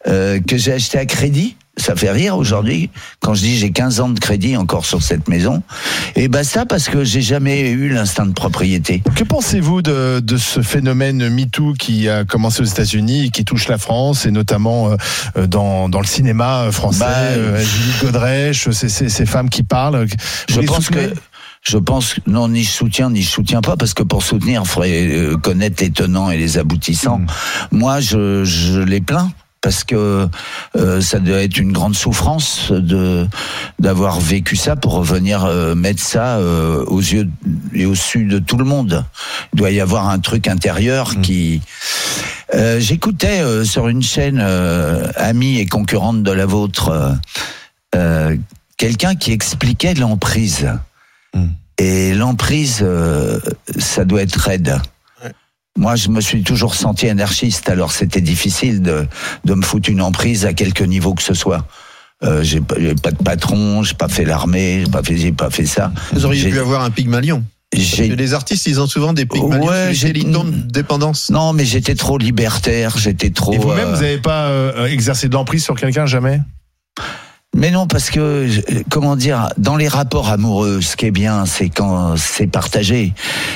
Speaker 3: euh, que j'ai achetée à crédit. Ça fait rire aujourd'hui quand je dis j'ai 15 ans de crédit encore sur cette maison. Et bah ça parce que j'ai jamais eu l'instinct de propriété.
Speaker 2: Que pensez-vous de, de ce phénomène MeToo qui a commencé aux États-Unis et qui touche la France et notamment euh, euh, dans, dans le cinéma euh, français
Speaker 3: Bah,
Speaker 2: euh, Julie Godrèche, euh, ces, ces- ces femmes qui parlent. euh,
Speaker 3: Je
Speaker 2: Vous les
Speaker 3: pense que
Speaker 2: soutenez
Speaker 3: je pense que- non ni je soutiens ni je soutiens pas parce que pour soutenir il faudrait euh, connaître les tenants et les aboutissants. Moi je, je les plains parce que euh, ça doit être une grande souffrance de d'avoir vécu ça pour revenir euh, mettre ça euh, aux yeux et au su de tout le monde. Il doit y avoir un truc intérieur qui Euh, J'écoutais euh, sur une chaîne euh, amie et concurrente de la vôtre euh, euh, quelqu'un qui expliquait
Speaker 2: Hmm.
Speaker 3: l'emprise. Et l'emprise, euh, ça doit être raide. Moi, je me suis toujours senti anarchiste, alors c'était difficile de, de me foutre une emprise à quelque niveau que ce soit. Euh, j'ai pas j'ai pas de patron, j'ai pas fait l'armée, j'ai pas fait, j'ai pas fait ça.
Speaker 6: Vous auriez
Speaker 3: J'ai-
Speaker 6: pu avoir un pygmalion. Parce
Speaker 3: j'ai-
Speaker 6: que Les artistes, ils ont souvent des pygmalions.
Speaker 3: Ouais,
Speaker 6: Ouais,
Speaker 3: j'ai-
Speaker 6: j'ai de
Speaker 2: mm.
Speaker 6: dépendance.
Speaker 3: Non, mais j'étais trop libertaire, j'étais trop.
Speaker 2: Et vous-même,
Speaker 3: euh,
Speaker 2: vous n'avez pas euh, exercé d'emprise sur quelqu'un, jamais
Speaker 3: Mais non, parce que euh, comment dire, dans les rapports amoureux, ce qui est bien, c'est quand c'est partagé.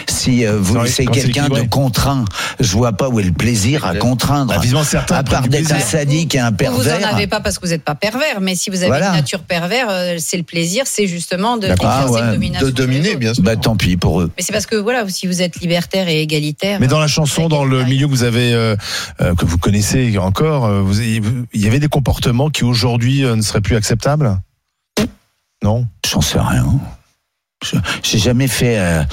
Speaker 3: Si euh, vous
Speaker 2: Quand-
Speaker 3: c'est
Speaker 2: quand c'est
Speaker 3: quelqu'un de
Speaker 2: équilibré.
Speaker 3: contraint, je vois pas où est le plaisir à contraindre.
Speaker 2: Bah, Visiblement, certains.
Speaker 3: à part
Speaker 2: prennent du
Speaker 3: d'être un
Speaker 2: plaisir.
Speaker 3: sadique et un
Speaker 4: Vous
Speaker 3: pervers.
Speaker 4: en avez pas parce que vous n'êtes pas pervers, mais si vous avez
Speaker 3: Voilà.
Speaker 4: une nature pervers, euh, c'est le plaisir, c'est justement de
Speaker 3: D'accord.
Speaker 4: d'exercer
Speaker 3: Ah ouais,
Speaker 4: une domination
Speaker 6: De
Speaker 4: sur les
Speaker 6: dominer,
Speaker 4: autres.
Speaker 6: bien sûr.
Speaker 3: Bah tant pis pour eux.
Speaker 4: Mais c'est parce que voilà, si vous êtes libertaire et égalitaire.
Speaker 2: Mais dans la chanson, dans le milieu que vous avez, euh, euh, que vous connaissez encore, euh, vous, il y avait des comportements qui aujourd'hui euh, ne seraient plus acceptables Non
Speaker 3: J'en sais rien. Je- J'ai jamais fait euh,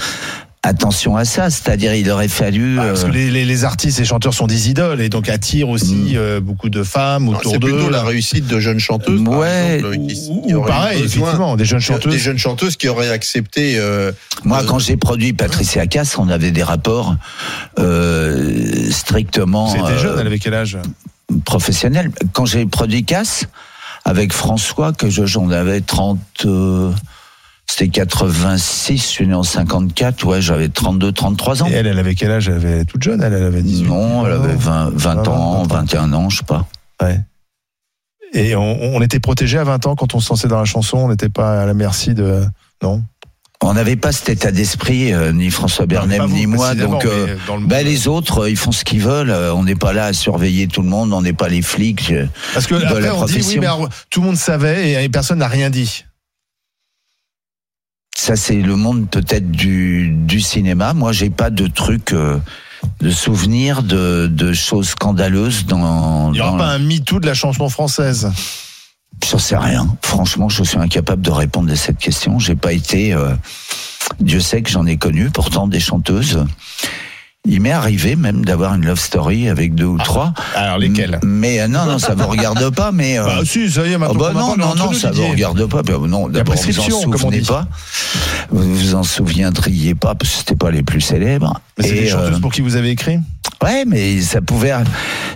Speaker 3: attention à ça. C'est-à-dire, il aurait fallu.
Speaker 2: Ah, Parce que
Speaker 3: euh,
Speaker 2: les, les- les artistes et chanteurs sont des idoles et donc attirent
Speaker 3: Mm.
Speaker 2: aussi euh, beaucoup de femmes
Speaker 6: Non,
Speaker 2: autour
Speaker 6: C'est
Speaker 2: d'eux.
Speaker 6: plutôt la réussite de jeunes chanteuses. par
Speaker 3: Ouais,
Speaker 6: exemple, qui- qui
Speaker 2: Ou
Speaker 6: auraient
Speaker 2: pareil,
Speaker 6: besoin-
Speaker 2: effectivement, des jeunes
Speaker 6: Des
Speaker 2: chanteuses.
Speaker 6: jeunes chanteuses qui auraient accepté. euh,
Speaker 3: Moi,
Speaker 6: euh,
Speaker 3: quand j'ai produit Patricia Cass, on avait des rapports euh, strictement
Speaker 2: C'était jeune,
Speaker 3: euh,
Speaker 2: elle avait quel âge
Speaker 3: professionnels. Quand j'ai produit Cass avec François, que je j'en avais 30. euh, c'était 86, je suis né en 54, ouais, j'avais 32, 33 ans.
Speaker 2: Et elle, elle avait quel âge Elle avait toute jeune, elle, elle avait 18
Speaker 3: non, elle avait 20, 20
Speaker 2: Ah,
Speaker 3: ans,
Speaker 2: 20.
Speaker 3: 21 ans, je sais pas.
Speaker 2: Et on, on était protégé à 20 ans quand on se lançait dans la chanson, on n'était pas à la merci de. Non
Speaker 3: On n'avait pas cet état d'esprit, euh, ni François Bernem,
Speaker 2: Pas vous,
Speaker 3: ni moi.
Speaker 2: précisément,
Speaker 3: Donc, euh,
Speaker 2: mais dans le-
Speaker 3: bah, les autres, euh, ils font ce qu'ils veulent. euh, On n'est pas là à surveiller tout le monde. On n'est pas les flics. je-
Speaker 2: Parce que
Speaker 3: de
Speaker 2: après,
Speaker 3: Bah, la
Speaker 2: on dit oui,
Speaker 3: profession.
Speaker 2: mais alors, tout le monde savait et, et personne n'a rien dit.
Speaker 3: Ça, c'est le monde peut-être du, du cinéma. Moi, j'ai pas de trucs, euh, de souvenirs de, de choses scandaleuses dans.
Speaker 2: Il n'y aura
Speaker 3: dans-
Speaker 2: pas un MeToo de la chanson française.
Speaker 3: J'en sais rien. Franchement, je suis incapable de répondre à cette question. J'ai pas été. euh, Dieu sait que j'en ai connu, pourtant des chanteuses. Il m'est arrivé même d'avoir une love story avec deux
Speaker 2: Ah,
Speaker 3: ou trois.
Speaker 2: Alors
Speaker 3: Mais euh, non, non, ça vous regarde pas. Mais euh,
Speaker 2: Bah si, ça y est,
Speaker 3: Ah
Speaker 2: maintenant.
Speaker 3: bah
Speaker 2: qu'on en
Speaker 3: non,
Speaker 2: parle
Speaker 3: non,
Speaker 2: entre
Speaker 3: non,
Speaker 2: nous,
Speaker 3: ça
Speaker 2: Didier.
Speaker 3: vous regarde pas. Bah non, d'abord, vous en
Speaker 2: prescription, comme on
Speaker 3: souvenez
Speaker 2: dit.
Speaker 3: pas. Vous vous en souveniez pas, parce que c'était pas les plus célèbres.
Speaker 2: Mais c'est
Speaker 3: Et,
Speaker 2: des chanteuses
Speaker 3: euh,
Speaker 2: pour qui vous avez écrit
Speaker 3: ouais, mais ça pouvait.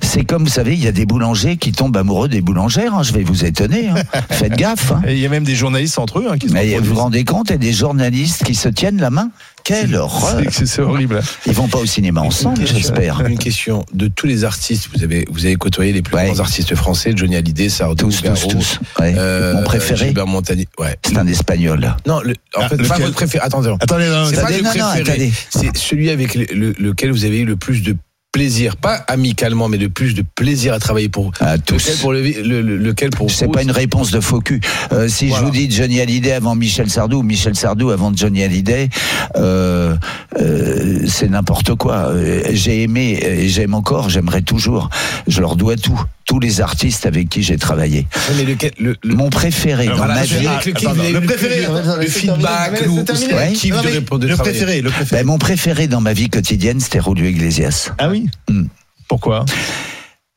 Speaker 3: C'est comme, vous savez, il y a des boulangers qui tombent amoureux des boulangères. hein, je vais vous étonner. hein. Faites gaffe. hein.
Speaker 2: Et il y a même des journalistes entre eux hein, qui se
Speaker 3: Mais vous vous
Speaker 2: reproduisent.
Speaker 3: rendez compte, il y a des journalistes qui se tiennent la main Quelle horreur
Speaker 2: C'est- c'est- C'est horrible.
Speaker 3: Ils vont pas au cinéma ensemble, j'espère.
Speaker 9: Une question de tous les artistes. Vous avez, vous avez côtoyé les plus
Speaker 3: hein. Ouais.
Speaker 9: grands artistes français, Johnny Hallyday, Sardou,
Speaker 3: Tous, tous,
Speaker 9: Garou,
Speaker 3: tous. Ouais.
Speaker 9: euh,
Speaker 3: Mon préféré,
Speaker 9: Gilbert Montagnier. Ouais.
Speaker 3: c'est un espagnol.
Speaker 9: Non, le- en
Speaker 2: Ah,
Speaker 9: fait, pas
Speaker 2: lequel
Speaker 9: votre préféré. Attendez,
Speaker 2: Attendez, non,
Speaker 9: c'est
Speaker 2: ça-
Speaker 9: pas
Speaker 3: attendez,
Speaker 9: le
Speaker 3: non, non,
Speaker 9: préféré.
Speaker 3: attendez.
Speaker 9: c'est celui avec le- le- lequel vous avez eu le plus de plaisir, pas amicalement, mais de plus de plaisir à travailler pour.
Speaker 3: À Ah,
Speaker 9: Lequel
Speaker 3: tous.
Speaker 9: pour le, le- le- lequel pour
Speaker 3: C'est
Speaker 9: vous,
Speaker 3: pas une réponse de faux cul. Euh, si je
Speaker 9: Voilà.
Speaker 3: vous dis Johnny Hallyday avant Michel Sardou, ou Michel Sardou avant Johnny Hallyday, euh, euh, c'est n'importe quoi. Euh, J'ai aimé et j'aime encore, j'aimerais toujours. Je leur dois tout. Tous les artistes avec qui j'ai travaillé.
Speaker 9: Ouais, Mais lequel le, le- Euh,
Speaker 3: Mon préféré dans
Speaker 9: voilà,
Speaker 3: ma
Speaker 9: celui
Speaker 3: vie,
Speaker 9: avec lequel
Speaker 2: Attends,
Speaker 9: vous avez
Speaker 2: le
Speaker 9: eu
Speaker 2: préféré,
Speaker 9: plus de-
Speaker 2: attends,
Speaker 9: le
Speaker 2: c'est terminé,
Speaker 9: feedback,
Speaker 2: c'est
Speaker 9: ou
Speaker 2: terminé.
Speaker 3: Ouais.
Speaker 9: kiff
Speaker 6: Non,
Speaker 9: de
Speaker 6: mais
Speaker 9: répondre- de
Speaker 6: le
Speaker 9: travailler.
Speaker 6: préféré, le préféré.
Speaker 3: ben, mon préféré dans ma vie quotidienne, c'était Julio Iglesias.
Speaker 2: Ah oui
Speaker 3: Hmm.
Speaker 2: Pourquoi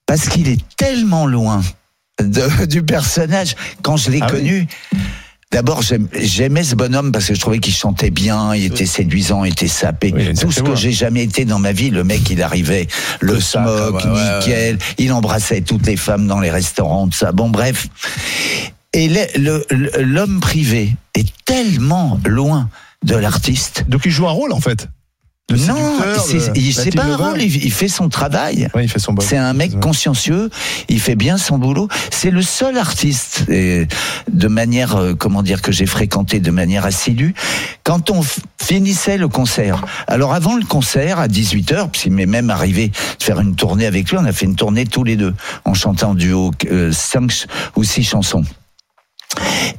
Speaker 3: parce qu'il est tellement loin de- du personnage. Quand je l'ai
Speaker 2: Ah oui.
Speaker 3: connu, d'abord j'aime- j'aimais ce bonhomme parce que je trouvais qu'il chantait bien, il était séduisant, il était sapé.
Speaker 2: Oui, il a une
Speaker 3: Tout ce
Speaker 2: sacrée
Speaker 3: que
Speaker 2: voix.
Speaker 3: j'ai jamais été dans ma vie, le mec il arrivait, le
Speaker 9: Tout ça,
Speaker 3: smoke,
Speaker 9: comme, ouais, ouais,
Speaker 3: nickel, il embrassait toutes les femmes dans les restaurants, tout ça. Bon bref. Et le- le- le- l'homme privé est tellement loin de l'artiste.
Speaker 2: Donc il joue un rôle en fait. Le
Speaker 3: Non,
Speaker 2: séducteur,
Speaker 3: c'est-
Speaker 2: le-
Speaker 3: il
Speaker 2: la
Speaker 3: c'est pas un
Speaker 2: team
Speaker 3: rôle,
Speaker 2: lover.
Speaker 3: il il fait son travail.
Speaker 2: Ouais, il fait son bob.
Speaker 3: C'est un mec
Speaker 2: Ouais.
Speaker 3: consciencieux, il fait bien son boulot. C'est le seul artiste, et de manière, euh, comment dire, que j'ai fréquenté de manière assidue. Quand on f- finissait le concert, alors avant le concert, à 18h, puis il m'est même arrivé de faire une tournée avec lui, on a fait une tournée tous les deux, en chantant en duo euh, cinq ch- ou six chansons.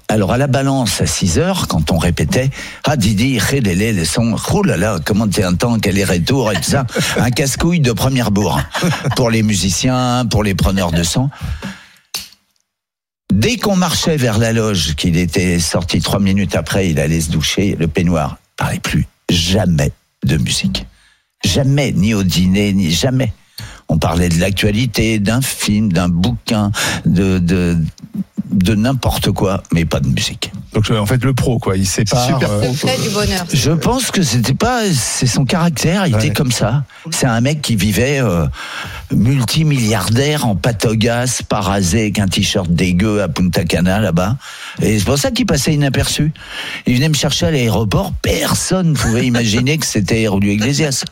Speaker 3: Alors à la balance à 6 heures, quand on répétait, ah Didi, relélé les sons, oh là là, comment t'es un temps, quel est retour et tout ça, un casse-couille de première bourre pour les musiciens, pour les preneurs de sang. Dès qu'on marchait vers la loge, qu'il était sorti trois minutes après, il allait se doucher, le peignoir, il parlait plus jamais de musique, jamais ni au dîner, ni jamais. On parlait de l'actualité, d'un film, d'un bouquin, de, de, de n'importe quoi, mais pas de musique.
Speaker 2: Donc en fait le pro quoi, il sépare.
Speaker 6: super
Speaker 2: euh,
Speaker 4: Secret du bonheur.
Speaker 3: Je pense que c'était pas, c'est son caractère, il
Speaker 2: Ouais.
Speaker 3: était comme ça. C'est un mec qui vivait euh, multimilliardaire en patogas, parasé, avec un t-shirt dégueu à Punta Cana là-bas. Et c'est pour ça qu'il passait inaperçu. Il venait me chercher à l'aéroport, personne pouvait imaginer que c'était Hérolio Iglesias.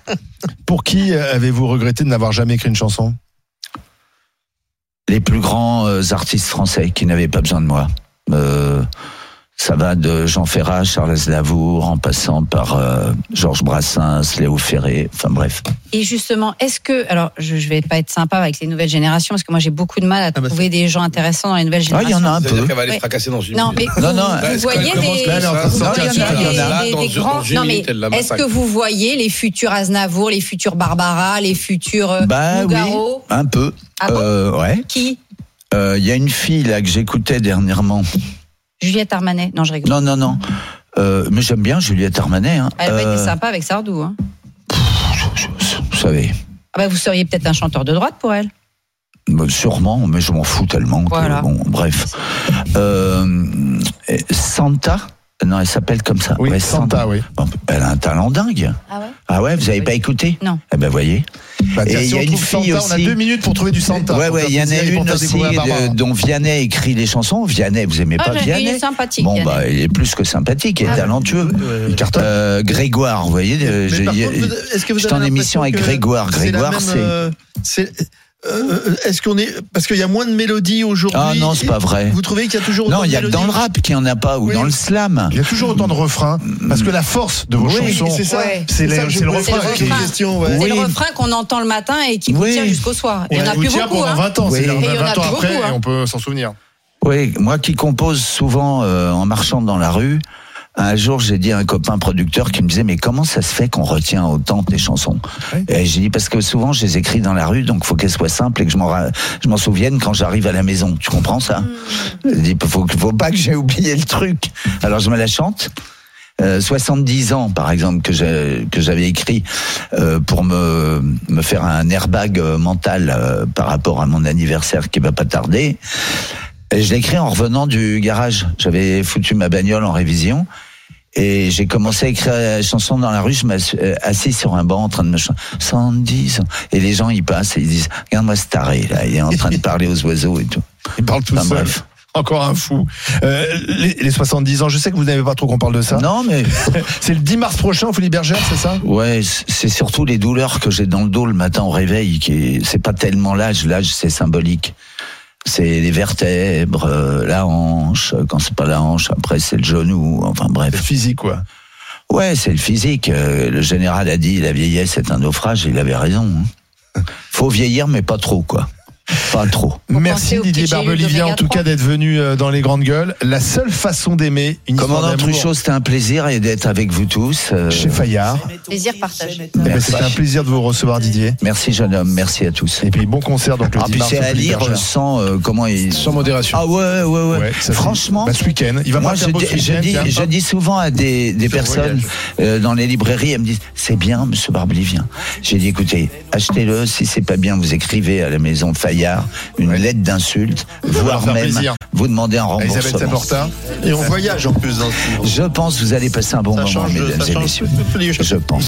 Speaker 2: Pour qui euh, avez-vous regretté de n'avoir jamais écrit une chanson
Speaker 3: les plus grands euh, artistes français qui n'avaient pas besoin de moi. Euh, ça va de Jean Ferrat, Charles Aznavour, en passant par euh, Georges Brassens, Léo Ferré, enfin bref.
Speaker 4: Et justement, est-ce que, alors je, je vais pas être sympa avec les nouvelles générations, parce que moi j'ai beaucoup de mal
Speaker 9: Ah
Speaker 4: à
Speaker 6: bah,
Speaker 4: trouver des gens intéressants dans les nouvelles
Speaker 3: Ah, il y
Speaker 4: générations.
Speaker 3: en a un
Speaker 9: C'est-à-dire
Speaker 3: peu.
Speaker 9: qu'elle va aller
Speaker 4: Ouais.
Speaker 9: se fracasser dans une
Speaker 4: Non, mais
Speaker 3: Non,
Speaker 4: vous,
Speaker 3: non,
Speaker 4: vous
Speaker 9: elle-
Speaker 4: voyez
Speaker 9: elle commence
Speaker 4: des,
Speaker 9: là, elle est en train de
Speaker 4: vous
Speaker 9: sortir,
Speaker 4: voyez
Speaker 3: il y en a, il y en a,
Speaker 4: des-
Speaker 9: dans
Speaker 4: des
Speaker 9: une-
Speaker 4: grands.
Speaker 9: dans une
Speaker 4: Non, mais
Speaker 9: minute, elle la
Speaker 4: est-ce
Speaker 9: massacre.
Speaker 4: que vous voyez les futurs Aznavour, les futurs Barbara, les futurs euh,
Speaker 3: Bah oui,
Speaker 4: Nougaro
Speaker 3: un peu.
Speaker 4: Ah bon
Speaker 3: Euh, ouais.
Speaker 4: Qui
Speaker 3: Euh, Il y a une fille là que j'écoutais dernièrement.
Speaker 4: Juliette Armanet. Non, je rigole.
Speaker 3: Non, non, non. Euh, mais j'aime bien Juliette Armanet. Hein.
Speaker 4: Elle n'a pas été
Speaker 3: Euh,
Speaker 4: sympa avec Sardou. hein.
Speaker 3: vous savez,
Speaker 4: Ah bah, vous seriez peut-être un chanteur de droite pour elle.
Speaker 3: Bah, sûrement, mais je m'en fous tellement. que,
Speaker 4: Voilà.
Speaker 3: bon, bref. Euh, Santa Non, elle s'appelle comme ça.
Speaker 2: Oui,
Speaker 3: Ah Ouais,
Speaker 2: Santa, oui.
Speaker 3: Bon, Oh, Elle a un talent dingue.
Speaker 4: Ah ouais
Speaker 3: Ah ouais, vous avez pas écouté
Speaker 4: Non.
Speaker 3: Eh ben voyez.
Speaker 2: Bah, tiens,
Speaker 3: Et
Speaker 2: si
Speaker 3: il y
Speaker 2: on
Speaker 3: a une
Speaker 2: trouve
Speaker 3: fille
Speaker 2: Santa, On a
Speaker 3: aussi.
Speaker 2: deux minutes pour trouver du Santa.
Speaker 3: ouais,
Speaker 2: pour
Speaker 3: ouais,
Speaker 2: faire
Speaker 3: il y en a
Speaker 2: plaisir et pour
Speaker 3: une
Speaker 2: faire
Speaker 3: aussi
Speaker 2: découvrir Barbara.
Speaker 3: euh, dont Vianney écrit les chansons. Vianney, vous aimez
Speaker 4: Ah,
Speaker 3: pas
Speaker 4: j'ai-
Speaker 3: Vianney
Speaker 4: il est sympathique,
Speaker 3: Bon,
Speaker 4: Vianney.
Speaker 3: bah, il est plus que sympathique, il est
Speaker 4: Ah.
Speaker 3: talentueux.
Speaker 6: Il
Speaker 3: Euh, Grégoire, vous voyez, euh,
Speaker 6: Mais
Speaker 3: je-
Speaker 6: par
Speaker 3: il y a-
Speaker 6: contre, vous- est-ce que vous
Speaker 3: j'étais
Speaker 6: avez
Speaker 3: en émission
Speaker 6: l'impression
Speaker 3: avec
Speaker 6: que
Speaker 3: Grégoire.
Speaker 6: c'est la
Speaker 3: Grégoire,
Speaker 6: même,
Speaker 3: c'est-
Speaker 6: euh, c'est. euh, euh, Est-ce qu'on est parce qu'il y a moins de mélodies aujourd'hui
Speaker 3: Ah non, c'est pas vrai.
Speaker 6: Vous trouvez qu'il y a toujours autant
Speaker 3: Non, il y a
Speaker 6: de
Speaker 3: que dans le
Speaker 6: mélodies
Speaker 3: rap qu'il n'y en a pas, ou
Speaker 6: Oui.
Speaker 3: dans le slam.
Speaker 2: Il y a toujours autant de refrains parce que la force de vos
Speaker 3: Oui,
Speaker 2: chansons,
Speaker 6: c'est ça.
Speaker 4: Ouais.
Speaker 2: c'est les-
Speaker 6: ça que je
Speaker 2: c'est le
Speaker 6: voulais
Speaker 2: refrain
Speaker 6: poser
Speaker 4: qui est-
Speaker 6: comme question, ouais.
Speaker 4: C'est le
Speaker 3: Oui.
Speaker 4: refrain qu'on entend le matin et qui
Speaker 3: Oui.
Speaker 4: vous tient jusqu'au soir. Il
Speaker 2: On
Speaker 4: n'y en a
Speaker 2: vous
Speaker 4: plus
Speaker 2: tient
Speaker 4: beaucoup.
Speaker 2: pendant
Speaker 4: hein.
Speaker 2: 20 ans,
Speaker 3: Oui.
Speaker 2: c'est
Speaker 4: Et il y en a
Speaker 2: 20 ans
Speaker 4: plus
Speaker 2: après,
Speaker 4: beaucoup, hein.
Speaker 2: et on peut s'en souvenir.
Speaker 3: Oui, moi qui compose souvent euh, en marchant dans la rue, un jour j'ai dit à un copain producteur qui me disait mais comment ça se fait qu'on retient autant tes chansons
Speaker 2: Oui.
Speaker 3: Et j'ai dit parce que souvent je les écris dans la rue, donc faut qu'elles soient simples et que je m'en ra- je m'en souvienne quand j'arrive à la maison. Tu comprends ça J'ai dit faut, faut pas que j'ai oublié le truc. Alors je me la chante. Euh, 70 ans, par exemple, que j'ai- que j'avais écrit euh, pour me, me faire un airbag euh, mental euh, par rapport à mon anniversaire qui va pas tarder. Et je l'ai écrit en revenant du garage. J'avais foutu ma bagnole en révision. Et j'ai commencé à écrire la chanson dans la rue, je m'assis euh, assis sur un banc en train de me chanter 110 ans. Et les gens, ils passent et ils disent, regarde-moi ce taré, là, il est en train de parler aux oiseaux et tout.
Speaker 2: Il parle tout
Speaker 3: Enfin,
Speaker 2: seul.
Speaker 3: bref.
Speaker 2: Ah, Encore un fou. Euh, les, les 70 ans, je sais que vous n'avez pas trop qu'on parle de ça.
Speaker 3: Non, mais,
Speaker 2: C'est le 10 mars prochain au Folie Bergère, c'est ça
Speaker 3: ouais, c'est surtout les douleurs que j'ai dans le dos le matin au réveil qui est- c'est pas tellement l'âge, l'âge, c'est symbolique. C'est les vertèbres, euh, la hanche, quand c'est pas la hanche, après c'est le genou, enfin bref.
Speaker 2: Le physique, quoi.
Speaker 3: Ouais, c'est le physique. Euh, Le général a dit la vieillesse est un naufrage. Il avait raison. hein. Faut vieillir, mais pas trop, quoi. Pas trop.
Speaker 4: Pour penser
Speaker 2: Merci
Speaker 4: au
Speaker 2: Didier
Speaker 4: petit Gilles
Speaker 2: Barbelivien,
Speaker 4: d'Oméga
Speaker 2: en tout cas,
Speaker 4: 3.
Speaker 2: d'être venu euh, dans les grandes gueules. La seule façon d'aimer une histoire
Speaker 3: Commandant
Speaker 2: d'amour
Speaker 3: Truchot, c'était un plaisir et d'être avec vous tous. Euh,
Speaker 2: chez Fayard.
Speaker 4: Plaisir partagé.
Speaker 2: Eh ben, C'était un plaisir de vous recevoir, Didier.
Speaker 3: Merci, jeune homme. Merci à tous.
Speaker 2: Et puis, bon concert donc le
Speaker 3: Ah,
Speaker 2: 10
Speaker 3: puis
Speaker 2: mars.
Speaker 3: c'est
Speaker 2: au
Speaker 3: à
Speaker 2: Folie
Speaker 3: lire
Speaker 2: Bergère.
Speaker 3: sans euh, comment il.
Speaker 9: Sans modération.
Speaker 3: Ah ouais, ouais, ouais.
Speaker 2: Ouais, ça, c'est-
Speaker 3: Franchement.
Speaker 2: bah, ce week-end. Il va
Speaker 3: Moi,
Speaker 2: pas
Speaker 3: je,
Speaker 2: faire beau
Speaker 3: dis,
Speaker 2: ce
Speaker 3: je,
Speaker 2: week-end, hein.
Speaker 3: dis,
Speaker 2: tiens.
Speaker 3: je dis souvent à des, des personnes euh, dans les librairies, elles me disent c'est bien, Monsieur Barblivien. J'ai dit écoutez, achetez-le. Si c'est pas bien, vous écrivez à la maison Fayard une lettre d'insulte, voire
Speaker 2: faire
Speaker 3: même
Speaker 2: plaisir. Ah,
Speaker 3: vous demandez un
Speaker 2: Elisabeth
Speaker 3: remboursement.
Speaker 2: Saporta.
Speaker 6: Et on voyage en plus dans ce
Speaker 3: Je pense que vous allez passer un bon
Speaker 6: Ça
Speaker 3: moment,
Speaker 6: change,
Speaker 3: mesdames
Speaker 6: ça
Speaker 3: et
Speaker 6: change
Speaker 3: messieurs.
Speaker 6: toutes les choses.
Speaker 3: Je pense.